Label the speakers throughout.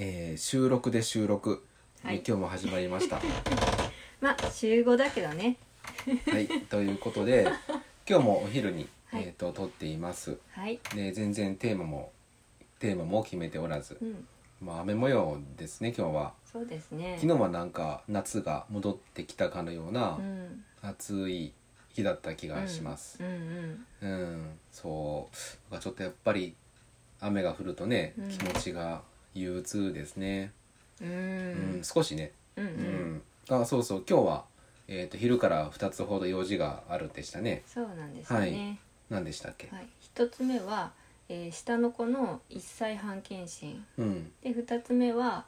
Speaker 1: えー収録で収録、
Speaker 2: はい
Speaker 1: 今日も始まり ましたは
Speaker 2: まあ週5だけどね
Speaker 1: いということで今日もお昼に、
Speaker 2: はい
Speaker 1: えー、と撮っています
Speaker 2: はい
Speaker 1: で全然テーマもテーマも決めておらず
Speaker 2: う、ん
Speaker 1: まあ、雨模様ですね今日は
Speaker 2: そうですね
Speaker 1: 昨日はなんか夏が戻ってきたかのような
Speaker 2: うん
Speaker 1: 暑い日だった気がします
Speaker 2: うんうん
Speaker 1: うん、そうなんかちょっとやっぱり雨が降るとね、
Speaker 2: うん
Speaker 1: 気持ちが憂鬱ですね、
Speaker 2: う
Speaker 1: うん
Speaker 2: ん
Speaker 1: 少しね
Speaker 2: うんう
Speaker 1: うんん、あそうそう今日は、えー、と昼から2つほど用事があるでしたね
Speaker 2: そうなんですよね
Speaker 1: 何でしたっけ、
Speaker 2: はい一つ目はえー下の子の1歳半検診
Speaker 1: うん
Speaker 2: で二つ目は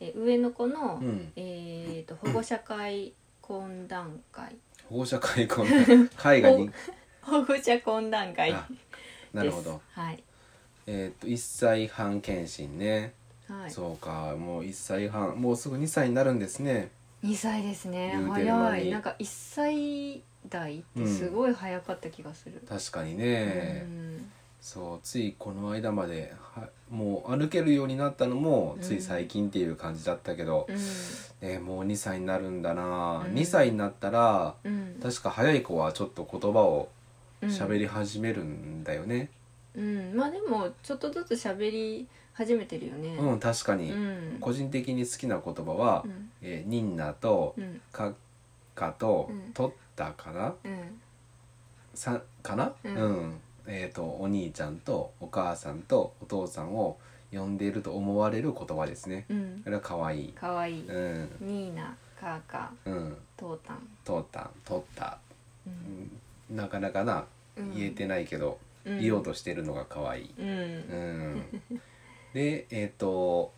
Speaker 2: えー上の子の
Speaker 1: うん
Speaker 2: えーと保護者会懇談会
Speaker 1: 保護者会この海外に
Speaker 2: 保護者懇談会
Speaker 1: あ
Speaker 2: です
Speaker 1: なるほど
Speaker 2: はい
Speaker 1: えっ、と1歳半検診ね、
Speaker 2: はい
Speaker 1: そうかもう1歳半もうすぐ2歳になるんですね
Speaker 2: 2歳ですね
Speaker 1: 言うてる間に
Speaker 2: 早いなんか1歳代ってすごい早かった気がする、
Speaker 1: 確かに
Speaker 2: う
Speaker 1: ね、
Speaker 2: ん
Speaker 1: そうついこの間まではもう歩けるようになったのもつい最近っていう感じだったけど
Speaker 2: う、ん
Speaker 1: ね、もう2歳になるんだな、
Speaker 2: うん
Speaker 1: 2歳になったら
Speaker 2: うん
Speaker 1: 確か早い子はちょっと言葉を
Speaker 2: うん
Speaker 1: 喋り始めるんだよね
Speaker 2: うんまあでもちょっとずつ喋り始めてるよね
Speaker 1: うん、確かに、
Speaker 2: うん
Speaker 1: 個人的に好きな言葉は「
Speaker 2: うん
Speaker 1: えーニンナ」と
Speaker 2: うん
Speaker 1: 「カッカ」と
Speaker 2: う
Speaker 1: 「
Speaker 2: ん
Speaker 1: とった」かな、
Speaker 2: うん
Speaker 1: さかな、
Speaker 2: うん
Speaker 1: えっ、とお兄ちゃんとお母さんとお父さんを呼んでいると思われる言葉ですね
Speaker 2: うん
Speaker 1: これは可愛い
Speaker 2: かわいい、
Speaker 1: うん
Speaker 2: ニーナカーカ
Speaker 1: うん
Speaker 2: ートータン、
Speaker 1: 通った取った、
Speaker 2: う
Speaker 1: うんん、なかなかな
Speaker 2: うん
Speaker 1: 言えてないけど、
Speaker 2: うん
Speaker 1: 言おうとしてるのが可愛い
Speaker 2: うん、
Speaker 1: うんでえっ、と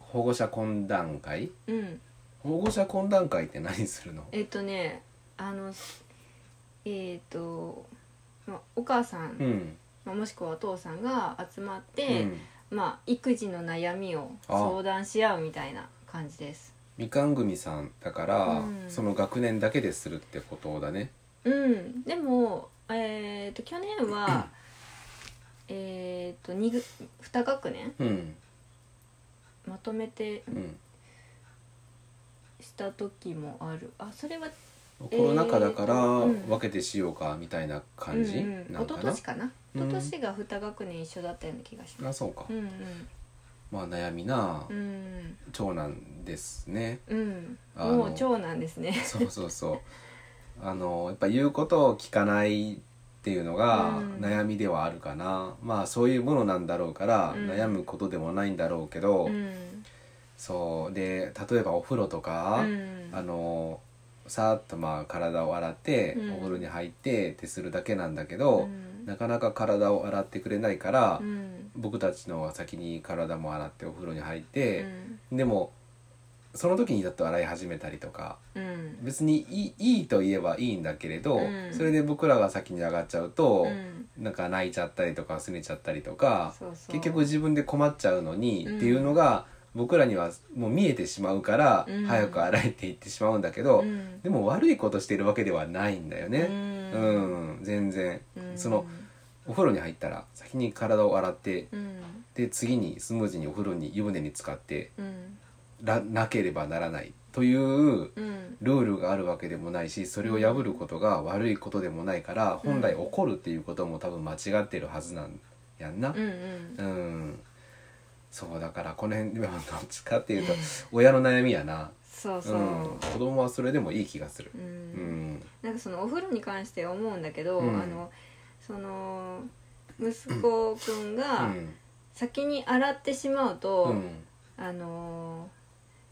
Speaker 1: 保護者懇談会
Speaker 2: うん
Speaker 1: 保護者懇談会って何するの
Speaker 2: えっとねあのえっ、と、まあ、お母さん、
Speaker 1: うん、
Speaker 2: まあ、もしくはお父さんが集まっ
Speaker 1: う
Speaker 2: て、
Speaker 1: ん、
Speaker 2: まあ育児の悩みを相談し合うみたいな感じです。
Speaker 1: みかん組さんだから、
Speaker 2: うん
Speaker 1: その学年だけでするってことだね
Speaker 2: うん、でも、えー、と去年はえーと 2, 2学年
Speaker 1: うん
Speaker 2: まとめて
Speaker 1: うん
Speaker 2: した時もあるあそれは
Speaker 1: コロナ禍だから
Speaker 2: うん
Speaker 1: 分けてしようかみたいな感じ
Speaker 2: うんうん、
Speaker 1: な
Speaker 2: 一
Speaker 1: のか
Speaker 2: 昨
Speaker 1: な
Speaker 2: 年、かな
Speaker 1: うん
Speaker 2: 一昨年が2学年一緒だったような気がしま
Speaker 1: あ
Speaker 2: す。
Speaker 1: そうか、
Speaker 2: うん
Speaker 1: まあ悩みな
Speaker 2: うんうん
Speaker 1: 長男ですね、
Speaker 2: うん、
Speaker 1: あの
Speaker 2: もう長男ですね。
Speaker 1: そうそうそうあのやっぱ言うことを聞かないっていうのが
Speaker 2: うん
Speaker 1: 悩みではあるかな、まあそういうものなんだろうから
Speaker 2: うん
Speaker 1: 悩むことでもないんだろうけど、
Speaker 2: うん
Speaker 1: そうで例えばお風呂とか、
Speaker 2: うん
Speaker 1: あのさーっとまあ体を洗って、
Speaker 2: うん
Speaker 1: お風呂に入ってってするだけなんだけど、
Speaker 2: うん
Speaker 1: なかなか体を洗ってくれないから、
Speaker 2: うん
Speaker 1: 僕たちの方が先に体も洗ってお風呂に入っ
Speaker 2: う
Speaker 1: て、
Speaker 2: ん
Speaker 1: でもその時にだと洗い始めたりとか
Speaker 2: うん
Speaker 1: 別にいいいいと言えばいいんだけれど、
Speaker 2: うん
Speaker 1: それで僕らが先に上がっちゃうと
Speaker 2: う、ん
Speaker 1: なんか泣いちゃったりとかすねちゃったりとか
Speaker 2: そうそう
Speaker 1: 結局自分で困っちゃうのに、
Speaker 2: うん
Speaker 1: っていうのが僕らにはもう見えてしまうから、
Speaker 2: うん
Speaker 1: 早く洗えていってしまうんだけど、
Speaker 2: うん
Speaker 1: でも悪いことしてるわけではないんだよね。う、
Speaker 2: うん
Speaker 1: 全然、
Speaker 2: うん
Speaker 1: そのお風呂に入ったら先に体を洗って
Speaker 2: うん
Speaker 1: で次にスムーズにお風呂に湯船に浸かって
Speaker 2: うん
Speaker 1: らなければならないという
Speaker 2: うん
Speaker 1: ルールがあるわけでもないしそれを破ることが悪いことでもないから
Speaker 2: う
Speaker 1: 本
Speaker 2: ん
Speaker 1: 来起こるっていうことも多分間違ってるはずなんやんな
Speaker 2: うんう。ん
Speaker 1: うん、そうだからこの辺ではどっちかっていうと親の悩みやな、
Speaker 2: そう
Speaker 1: う
Speaker 2: そ
Speaker 1: ん、
Speaker 2: う
Speaker 1: 子供はそれでもいい気がする。
Speaker 2: う
Speaker 1: うんん、
Speaker 2: なんかそのお風呂に関して思うんだけど、
Speaker 1: うん
Speaker 2: あのその息子くんが
Speaker 1: うん
Speaker 2: 先に洗ってしまうと、
Speaker 1: うん
Speaker 2: あのー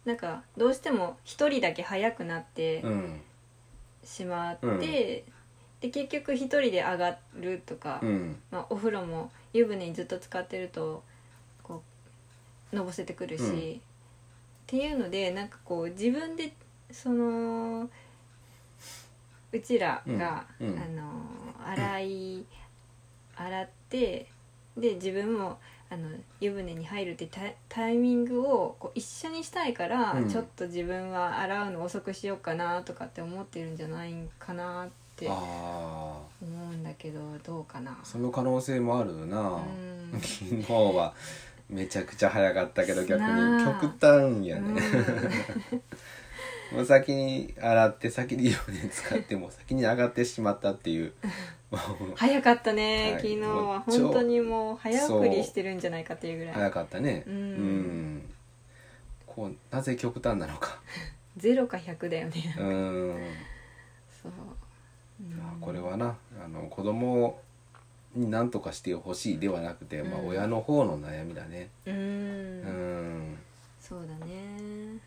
Speaker 2: なんかどうしても一人だけ早くなって
Speaker 1: うん
Speaker 2: しまって、
Speaker 1: うん
Speaker 2: で結局一人で上がるとか、
Speaker 1: うん
Speaker 2: まあ、お風呂も湯船にずっと使ってるとこうのぼせてくるし、
Speaker 1: うん
Speaker 2: っていうのでなんかこう自分でそのうちらが、
Speaker 1: うんうん
Speaker 2: あの洗い洗ってで自分もあの湯船に入るってタタイミングをこう一緒にしたいから、
Speaker 1: うん
Speaker 2: ちょっと自分は洗うの遅くしようかなとかって思ってるんじゃないかなって思
Speaker 1: ああ
Speaker 2: うんだけどどうかな。
Speaker 1: その可能性もあるな、
Speaker 2: うん
Speaker 1: 昨日はめちゃくちゃ早かったけど逆に
Speaker 2: なあ
Speaker 1: 極端や
Speaker 2: うん
Speaker 1: ね、もう先に洗って先に湯船使ってもう先に上がってしまったって いうもう
Speaker 2: 早かったね、
Speaker 1: はい
Speaker 2: 昨日は
Speaker 1: もう超
Speaker 2: 本当にもう早送りしてるんじゃないかっていうぐらい
Speaker 1: 早かったね
Speaker 2: うん
Speaker 1: んこうなぜ極端なの か
Speaker 2: ゼロか100だよね、
Speaker 1: うん
Speaker 2: そう、うん
Speaker 1: まあこれはなあの子供に何とかしてほしいではなくて、まあ、
Speaker 2: うん
Speaker 1: 親の方の悩みだね
Speaker 2: うん、
Speaker 1: うん
Speaker 2: そうだね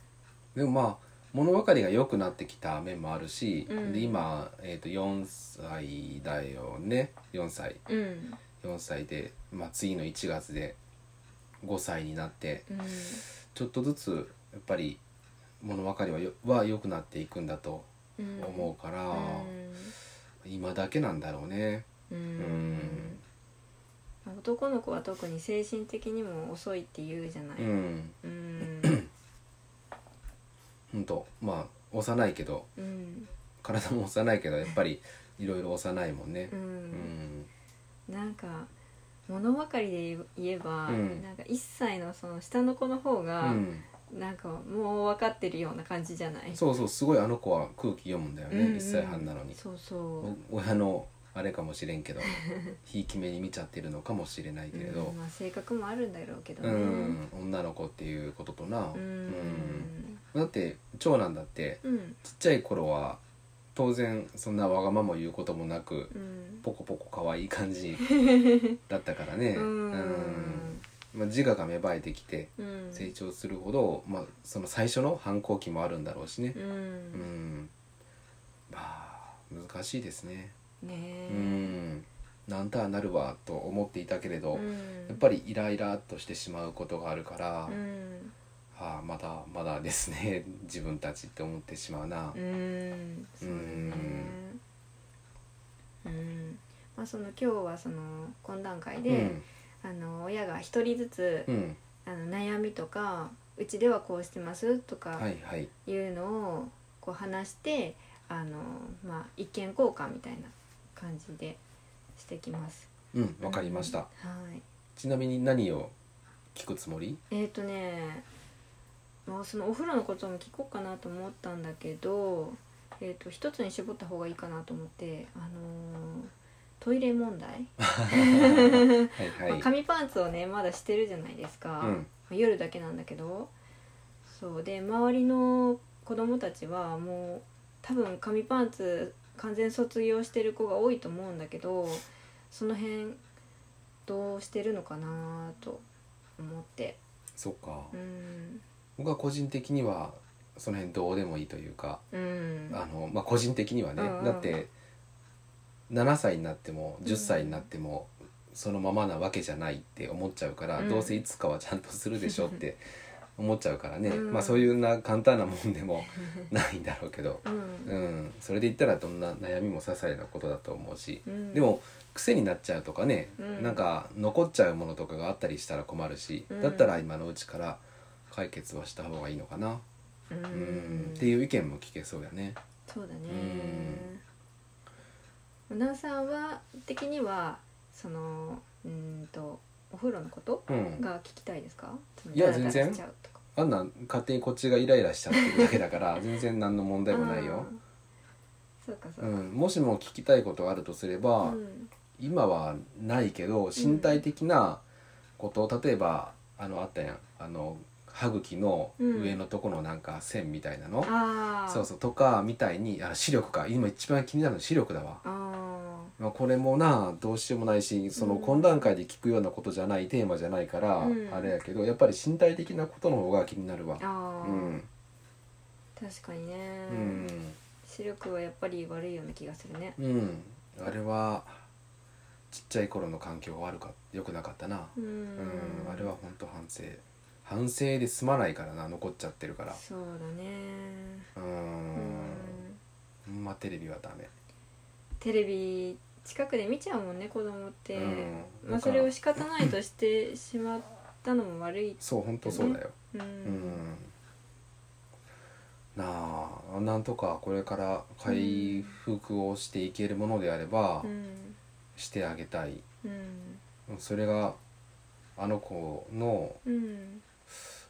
Speaker 1: でもまあ物分かりが良くなってきた面もあるし、
Speaker 2: うん
Speaker 1: で今、えー、と4歳だよね4歳
Speaker 2: うん
Speaker 1: 4歳で、まあ、次の1月で5歳になって
Speaker 2: うん
Speaker 1: ちょっとずつやっぱり物分かりはよは良くなっていくんだと
Speaker 2: うん
Speaker 1: 思うから、
Speaker 2: う
Speaker 1: 今だけなんだろうね。
Speaker 2: ん
Speaker 1: う
Speaker 2: う
Speaker 1: んん
Speaker 2: 男の子は特に精神的にも遅いって言うじゃない、
Speaker 1: うん
Speaker 2: うん
Speaker 1: ほんとまあ幼いけど
Speaker 2: うん
Speaker 1: 体も幼いけどやっぱりいろいろ幼いもんね
Speaker 2: う。、
Speaker 1: うんん
Speaker 2: なんか物ばかりで言えば、
Speaker 1: うん
Speaker 2: なんか1歳のその下の子の方
Speaker 1: う
Speaker 2: が、
Speaker 1: ん、
Speaker 2: なんかもう分かってるような感じじゃない
Speaker 1: そうそうすごいあの子は空気読むんだよね、
Speaker 2: うんうん
Speaker 1: 1歳半なのに
Speaker 2: そうそう
Speaker 1: お親のあれかもしれんけどひいき目に見ちゃってるのかもしれないけれ
Speaker 2: う
Speaker 1: ど
Speaker 2: ん、まあ、性格もあるんだろうけど
Speaker 1: う
Speaker 2: ね
Speaker 1: ん、女の子っていうこととな、
Speaker 2: うんうん
Speaker 1: うんだって長男だって
Speaker 2: うん
Speaker 1: ちっちゃい頃は当然そんなわがまま言うこともなく
Speaker 2: うん
Speaker 1: ポコポコ可愛い感 じだったからね、
Speaker 2: うん
Speaker 1: うんまあ、自我が芽生えてきて
Speaker 2: うん
Speaker 1: 成長するほど、まあ、その最初の反抗期もあるんだろうしね
Speaker 2: う、
Speaker 1: うん
Speaker 2: ん
Speaker 1: まあ難しいですね、
Speaker 2: ねえ
Speaker 1: うんなんたらなるわと思っていたけれど、
Speaker 2: う
Speaker 1: や
Speaker 2: ん
Speaker 1: っぱりイライラっとしてしまうことがあるから、
Speaker 2: うん
Speaker 1: ああまだまだですね 自分たちって思ってしまうな
Speaker 2: う、んそうだねうんまあその今日はその懇談会
Speaker 1: う
Speaker 2: で、
Speaker 1: ん
Speaker 2: あの親が一人ずつ
Speaker 1: う、ん、
Speaker 2: あの悩みとかうちではこうしてますと
Speaker 1: は
Speaker 2: か
Speaker 1: いはい
Speaker 2: いうのをこう話してあの、まあ、意見交換みたいな感じでしてきます。
Speaker 1: うんわかりました、
Speaker 2: うんはい
Speaker 1: ちなみに何を聞くつもり
Speaker 2: えっ、ー、とね、まあ、そのお風呂のことも聞こうかなと思ったんだけど、えー、と一つに絞った方がいいかなと思って、あのートイレ問題、
Speaker 1: はい
Speaker 2: ま
Speaker 1: は
Speaker 2: あ
Speaker 1: い、
Speaker 2: 紙パンツをねまだしてるじゃないですか、
Speaker 1: う
Speaker 2: ま
Speaker 1: ん
Speaker 2: あ夜だけなんだけどそうで周りの子供たちはもう多分紙パンツ完全卒業してる子が多いと思うんだけどその辺どうしてるのかなと思って。
Speaker 1: そっか、
Speaker 2: うん
Speaker 1: 僕は個人的にはその辺どうでもいいというか、
Speaker 2: うん
Speaker 1: あのまあ個人的にはね、
Speaker 2: うんうん
Speaker 1: だって7歳になっても10歳になっても、そのままなわけじゃないって思っちゃうから、
Speaker 2: うん
Speaker 1: どうせいつかはちゃんとするでしょって思っちゃうからね、
Speaker 2: うん
Speaker 1: まあそういうな簡単なもんでもないんだろうけど、
Speaker 2: う
Speaker 1: うんん、それで言ったらどんな悩みも些細なことだと思うし、
Speaker 2: うん
Speaker 1: でも癖になっちゃうとかね、
Speaker 2: うん
Speaker 1: なんか残っちゃうものとかがあったりしたら困るし、
Speaker 2: うん
Speaker 1: だったら今のうちから解決はした方がいいのかな、う
Speaker 2: う
Speaker 1: ん
Speaker 2: ん
Speaker 1: っていう意見も聞けそうだね。
Speaker 2: そうだねおなさんは的にはそのうーんとお風呂のこと
Speaker 1: うん、
Speaker 2: が聞きたいですかその
Speaker 1: いや
Speaker 2: ダラダラ
Speaker 1: 全然
Speaker 2: しちゃうとか
Speaker 1: あんなん勝手にこっちがイライラしちゃってるだけだから全然何の問題もないよ
Speaker 2: あ。ーそうかそううか
Speaker 1: ん、もしも聞きたいことがあるとすれば、
Speaker 2: うん
Speaker 1: 今はないけど身体的なことを、例えばあのあったやんあの歯茎の上のとこのなんか線みたいなの、
Speaker 2: ああ
Speaker 1: そうそうとかみたいにあ視力か今一番気になるの視力だわ、
Speaker 2: あ
Speaker 1: まあ、これもなどうしようもないしその
Speaker 2: うん
Speaker 1: 懇談会で聞くようなことじゃないテーマじゃないから、
Speaker 2: うん
Speaker 1: あれやけどやっぱり身体的なことの方が気になるわ
Speaker 2: ーあ
Speaker 1: う
Speaker 2: ー、
Speaker 1: ん
Speaker 2: 確かにね、
Speaker 1: うん、
Speaker 2: 視力はやっぱり悪いような気がするね
Speaker 1: うん、あれはちっちゃい頃の環境が悪か良くなかったな
Speaker 2: うん
Speaker 1: うん、あれは本当反省反省で済まないからな残っちゃってるから
Speaker 2: そうだね
Speaker 1: うん
Speaker 2: うん
Speaker 1: ほんまテレビはダメ
Speaker 2: テレビ近くで見ちゃうもんね子供っ
Speaker 1: う
Speaker 2: て、
Speaker 1: ん
Speaker 2: まあ、
Speaker 1: だか
Speaker 2: そ
Speaker 1: ら
Speaker 2: れを仕方ないとしてしまったのも悪い、
Speaker 1: そう本当そうだよ、
Speaker 2: うん
Speaker 1: うんなあなんとかこれから回復をしていけるものであれば
Speaker 2: うん
Speaker 1: してあげたい、
Speaker 2: うん
Speaker 1: それがあの子の
Speaker 2: うん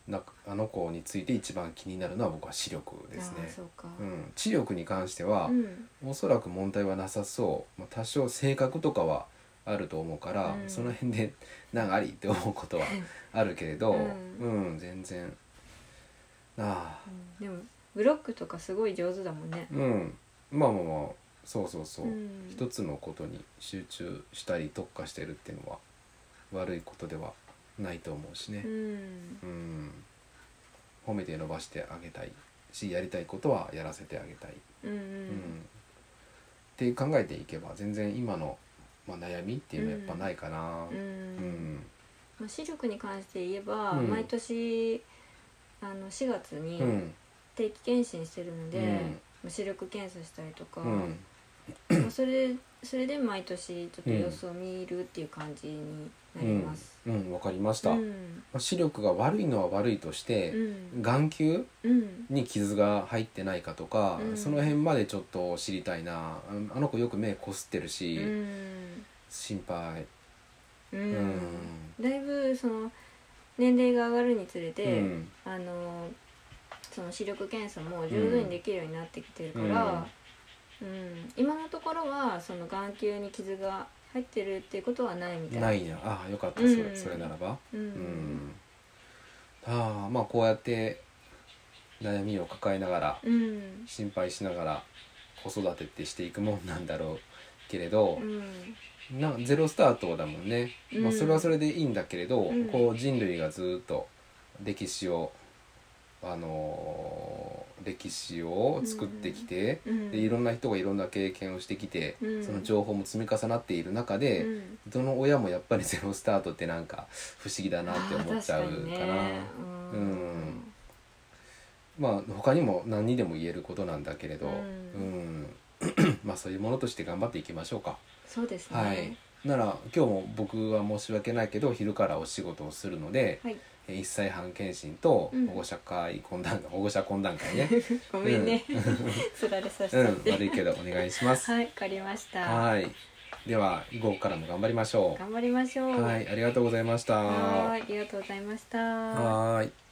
Speaker 1: なんかあの子について一番気になるのは僕は視力です
Speaker 2: ああ
Speaker 1: ね
Speaker 2: そうか
Speaker 1: う、ん、知力に関しては、
Speaker 2: うん
Speaker 1: おそらく問題はなさそう、まあ、多少性格とかはあると思うから、
Speaker 2: うん
Speaker 1: その辺で なんかありって思うことはあるけれど、
Speaker 2: う
Speaker 1: うん全然ああ
Speaker 2: うんでもブロックとかすごい上手だもんね、
Speaker 1: うんまあまあまあそうそうそう、
Speaker 2: うん、
Speaker 1: 一つのことに集中したり特化してるっていうのは悪いことではないと思うしね
Speaker 2: う、ん
Speaker 1: うん褒めて伸ばしてあげたいしやりたいことはやらせてあげたい、
Speaker 2: うんうん
Speaker 1: うんって考えていけば全然今の、まあ、悩みっていうのはやっぱないかな。
Speaker 2: うん
Speaker 1: うん
Speaker 2: まあ、視力に関して言えば、
Speaker 1: うん
Speaker 2: 毎年あの4月に
Speaker 1: うん
Speaker 2: 定期検診してるので、
Speaker 1: うん
Speaker 2: まあ視力検査したりとか、
Speaker 1: うん
Speaker 2: まあ、それそれで毎年ちょっと様子を見るっていう感じになります。
Speaker 1: うんわかりまし
Speaker 2: う
Speaker 1: た、ま
Speaker 2: ん
Speaker 1: あ視力が悪いのは悪いとし
Speaker 2: う
Speaker 1: て、
Speaker 2: ん
Speaker 1: 眼球
Speaker 2: うん
Speaker 1: に傷が入ってないかとか、
Speaker 2: うん
Speaker 1: その辺までちょっと知りたいなうんあの子よく目こすってるし、
Speaker 2: うん
Speaker 1: 心配
Speaker 2: う
Speaker 1: うん
Speaker 2: んだいぶその年齢が上がるにつれ
Speaker 1: う
Speaker 2: て、
Speaker 1: ん
Speaker 2: あのその視力検査も上手にできるようになってきてるから、うん今のところはその眼球に傷が入ってるっていうことはないみたいな。
Speaker 1: ないなああよかったそれ,、
Speaker 2: うん
Speaker 1: それならば
Speaker 2: うん
Speaker 1: うん、ああまあこうやって悩みを抱えながら
Speaker 2: うん
Speaker 1: 心配しながら子育てってしていくもんなんだろうけれど
Speaker 2: う、ん
Speaker 1: なゼロスタートだもんね、まあ、
Speaker 2: うん
Speaker 1: それはそれでいいんだけれど、
Speaker 2: うん
Speaker 1: こう人類がずっと歴史をあのー歴史を作ってきて、
Speaker 2: うん
Speaker 1: でいろんな人がいろんな経験をしてきて、
Speaker 2: うん
Speaker 1: その情報も積み重なっている中で、
Speaker 2: うん
Speaker 1: どの親もやっぱりゼロスタートってなんか不思議だなって思っちゃう
Speaker 2: あー確に
Speaker 1: か
Speaker 2: ね
Speaker 1: らうんまあ他にも何にでも言えることなんだけれど、
Speaker 2: う
Speaker 1: うんまあそういうものとして頑張っていきましょうか。
Speaker 2: そうですね。
Speaker 1: はい、なら今日も僕は申し訳ないけど昼からお仕事をするので、
Speaker 2: はい
Speaker 1: え1歳半検診と
Speaker 2: うん
Speaker 1: 保護者会懇談 会、保護者懇談会 ね、
Speaker 2: ごめんね。 つられさせち
Speaker 1: う
Speaker 2: ゃっ
Speaker 1: ん、
Speaker 2: て。
Speaker 1: 悪いけどお願いします。
Speaker 2: はい、わかりました。
Speaker 1: はいでは以後からも頑張りましょ
Speaker 2: 頑張りましょ
Speaker 1: う。
Speaker 2: う。
Speaker 1: はい、ありがとうございました。
Speaker 2: はーいありがとうございました。
Speaker 1: はーい